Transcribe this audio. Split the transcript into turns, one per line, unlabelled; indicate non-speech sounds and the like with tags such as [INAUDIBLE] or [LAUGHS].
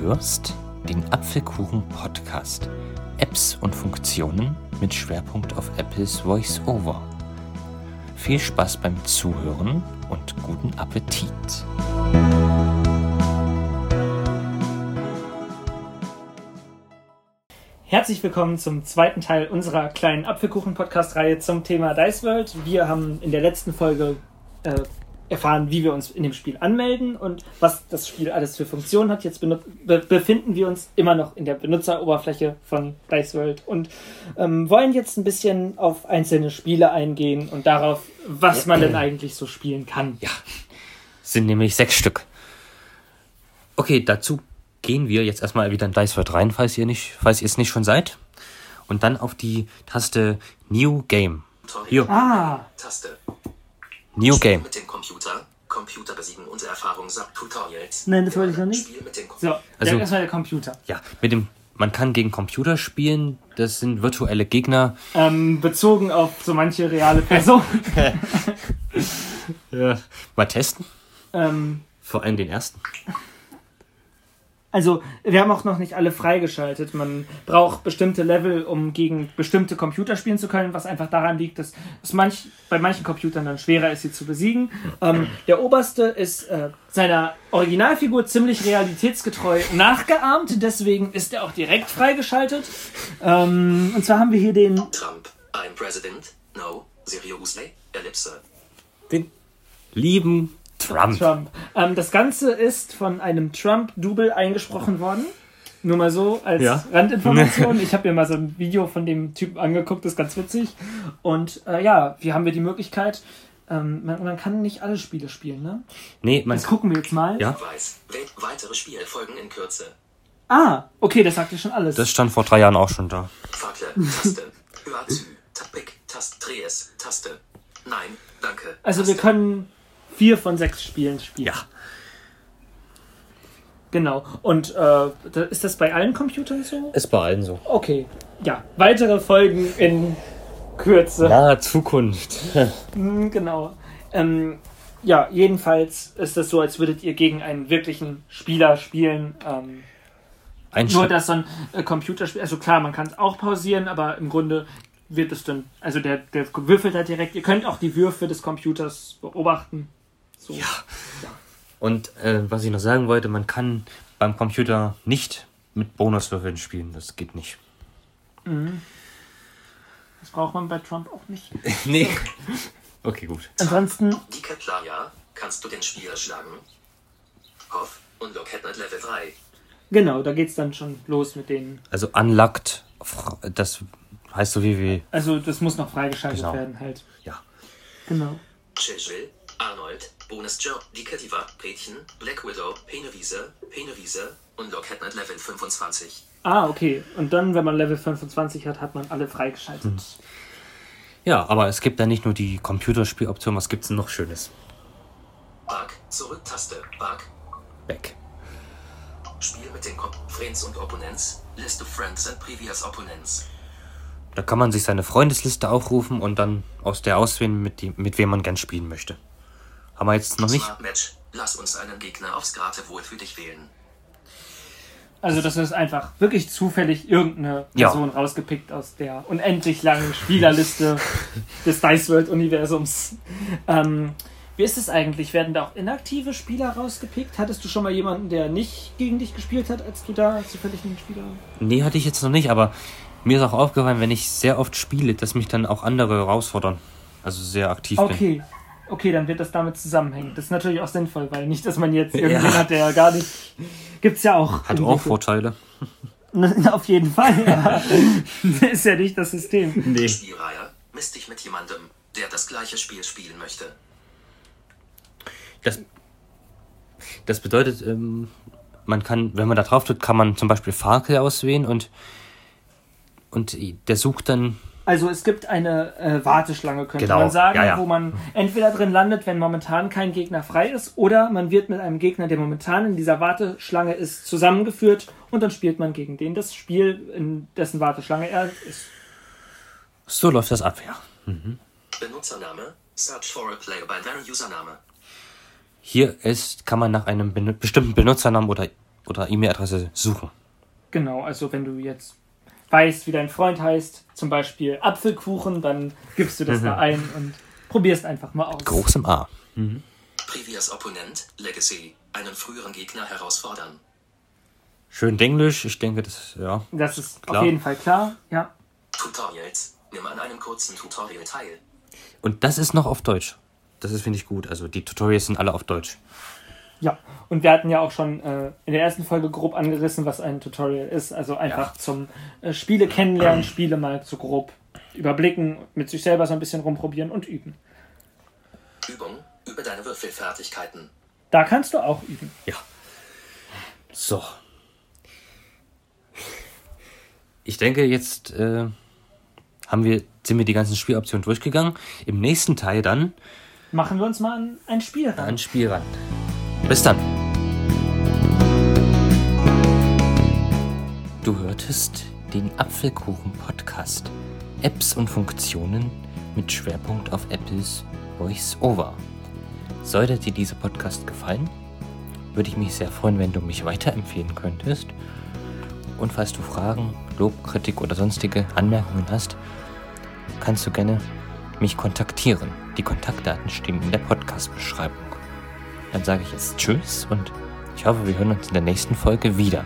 hörst den Apfelkuchen Podcast. Apps und Funktionen mit Schwerpunkt auf Apples VoiceOver. Viel Spaß beim Zuhören und guten Appetit.
Herzlich willkommen zum zweiten Teil unserer kleinen Apfelkuchen-Podcast-Reihe zum Thema Dice World. Wir haben in der letzten Folge äh, erfahren, wie wir uns in dem Spiel anmelden und was das Spiel alles für Funktionen hat. Jetzt benut- be befinden wir uns immer noch in der Benutzeroberfläche von Dice World und ähm, wollen jetzt ein bisschen auf einzelne Spiele eingehen und darauf, was man denn eigentlich so spielen kann.
Ja, sind nämlich sechs Stück. Okay, dazu gehen wir jetzt erstmal wieder in Dice World rein, falls ihr nicht, falls ihr es nicht schon seid. Und dann auf die Taste New Game. Hier,
Ah,
Taste.
New
Spiel
Game.
Mit dem Computer. Computer besiegen und Erfahrung sagt Tutorials.
Nein, das wollte ich noch nicht.
Spiel mit dem
so,
Computer.
Also-
also, erstmal der Computer.
Ja, mit dem, man kann gegen Computer spielen. Das sind virtuelle Gegner.
Ähm, bezogen auf so manche reale Person.
Ja. Mal testen.
ähm,
Vor allem den ersten.
Also, wir haben auch noch nicht alle freigeschaltet. Man braucht bestimmte Level, um gegen bestimmte Computer spielen zu können, was einfach daran liegt, dass es manch, bei manchen Computern dann schwerer ist, sie zu besiegen. Ähm, der oberste ist äh, seiner Originalfigur ziemlich realitätsgetreu nachgeahmt, deswegen ist er auch direkt freigeschaltet. Ähm, und zwar haben wir hier den.
Trump. I'm President. No. Seriously? Ellipse.
Den lieben Trump.
Trump. Ähm, das Ganze ist von einem Trump-Double eingesprochen worden. Nur mal so als
Ja. [LAUGHS]
Randinformation. Ich habe mir mal so ein Video von dem Typen angeguckt, das ist ganz witzig. Und äh, ja, hier haben wir die Möglichkeit. Ähm, man, man kann nicht alle Spiele spielen, ne?
Nee, man
Das gucken wir jetzt mal.
Ja.
Weiß. We weitere Spielfolgen in Kürze.
Ah, okay, das sagt ja schon alles.
das stand vor drei Jahren auch schon da.
Fakle.
[LAUGHS]
Taste. Hör zu. Topic. Taste. Dreh es. Taste. Nein. Danke.
also wir
Taste.
können vier von sechs Spielen spielen.
Ja.
Genau. Und äh, da- ist das bei allen Computern so?
Ist bei allen so.
Okay. Ja. Weitere Folgen in Kürze.
Nahe [LAUGHS] Zukunft.
Mm, Genau. Ähm, ja, jedenfalls ist das so, als würdet ihr gegen einen wirklichen Spieler spielen. Ähm,
Ein
nur,
Schritt.
dass so ein äh, Computerspiel, also klar, man kann es auch pausieren, aber im Grunde wird es dann, also der, der würfelt da direkt. Ihr könnt auch die Würfe des Computers beobachten. So. Ja.
Und äh, was ich noch sagen wollte, man kann beim Computer nicht mit Bonuswürfeln spielen. Das geht nicht.
Das braucht man bei Trump auch nicht.
[LAUGHS] Nee. Okay, gut.
Ansonsten,
Die Kettler, Kannst du den Spieler schlagen? Hoff. Unlock Headnet Level 3.
genau, da geht's dann schon los mit denen.
Also unlocked, fr- das heißt so wie wie.
Also das muss noch freigeschaltet
Genau.
werden halt.
Ja.
Genau.
Chigil, Arnold, Bonus Job, die Ketiva, Gretchen, Black Widow, Penewiese, Penewiese und Lockheadnet Level 25.
Ah, okay. Und dann, wenn man Level 25 hat, hat man alle freigeschaltet.
Ja, aber es gibt da nicht nur die Computerspieloption, was gibt's denn noch Schönes?
Bug, Zurücktaste, Bug,
Back.
Spiel mit den Kopf, Friends und Opponents, List of Friends and Previous Opponents.
Da kann man sich seine Freundesliste aufrufen und dann aus der auswählen, mit, die, mit wem man gern spielen möchte. Haben wir jetzt noch nicht?
Smart Match, lass uns einen Gegner aufs Gratewohl für dich wählen.
Also das ist einfach wirklich zufällig irgendeine
Ja.
Person rausgepickt aus der unendlich
[LAUGHS]
langen Spielerliste des Dice World Universums. Ähm, wie ist es eigentlich? Werden da auch inaktive Spieler rausgepickt? Hattest du schon mal jemanden, der nicht gegen dich gespielt hat, als du da zufällig einen Spieler?
Nee, hatte ich jetzt noch nicht, aber mir ist auch aufgefallen, wenn ich sehr oft spiele, dass mich dann auch andere herausfordern. Also sehr aktiv bin.
Okay, okay, dann wird das damit zusammenhängen. Das ist natürlich auch sinnvoll, weil nicht, dass man jetzt irgendwen
Ja.
hat, der gar nicht. Gibt's ja auch.
Hat auch Vorteile.
[LAUGHS] Auf jeden Fall.
[LAUGHS]
Ja. [LAUGHS] ist ja nicht das System.
Nee.
Spielreihe, misst dich mit jemandem, der das gleiche Spiel spielen möchte.
Das, das bedeutet, ähm, man kann, wenn man da drauf drückt, kann man zum Beispiel Farkel auswählen und, und der sucht dann.
Also es gibt eine äh, Warteschlange, könnte
Genau,
man sagen,
ja, ja.
wo man entweder drin landet, wenn momentan kein Gegner frei ist, oder man wird mit einem Gegner, der momentan in dieser Warteschlange ist, zusammengeführt und dann spielt man gegen den das Spiel, in dessen Warteschlange er ist.
So läuft das ab, ja.
Benutzername, search for a player by their username.
Hier ist, kann man nach einem ben bestimmten Benutzernamen oder oder E-Mail-Adresse suchen.
Genau, also wenn du jetzt weißt, wie dein Freund heißt, zum Beispiel Apfelkuchen, dann gibst du
Mhm.
das da ein und probierst einfach mal aus.
Groß im A.
Previous Opponent, Legacy, einen früheren Gegner herausfordern.
Schön Denglisch, ich denke, das, ja.
Das ist
Klar.
auf jeden Fall klar, ja.
Tutorials, nimm an einem kurzen Tutorial teil.
Und das ist noch auf Deutsch. Das ist, finde ich, gut. Also die Tutorials sind alle auf Deutsch.
Ja, und wir hatten ja auch schon äh, in der ersten Folge grob angerissen, was ein Tutorial ist. Also einfach zum äh, Spiele kennenlernen, Spiele mal so grob überblicken, mit sich selber so ein bisschen rumprobieren und üben.
Übung, über deine Würfelfertigkeiten.
Da kannst du auch üben.
Ja. So. Ich denke, jetzt äh, haben wir, sind wir die ganzen Spieloptionen durchgegangen. Im nächsten Teil dann
Machen wir uns mal an ein Spiel ran.
an Spiel ran. Bis dann. Du hörtest den Apfelkuchen-Podcast. Apps und Funktionen mit Schwerpunkt auf Apples Voice-Over. Sollte dir dieser Podcast gefallen, würde ich mich sehr freuen, wenn du mich weiterempfehlen könntest. Und falls du Fragen, Lob, Kritik oder sonstige Anmerkungen hast, kannst du gerne mich kontaktieren. Die Kontaktdaten stehen in der Podcast-Beschreibung. Dann sage ich jetzt Tschüss und ich hoffe, wir hören uns in der nächsten Folge wieder.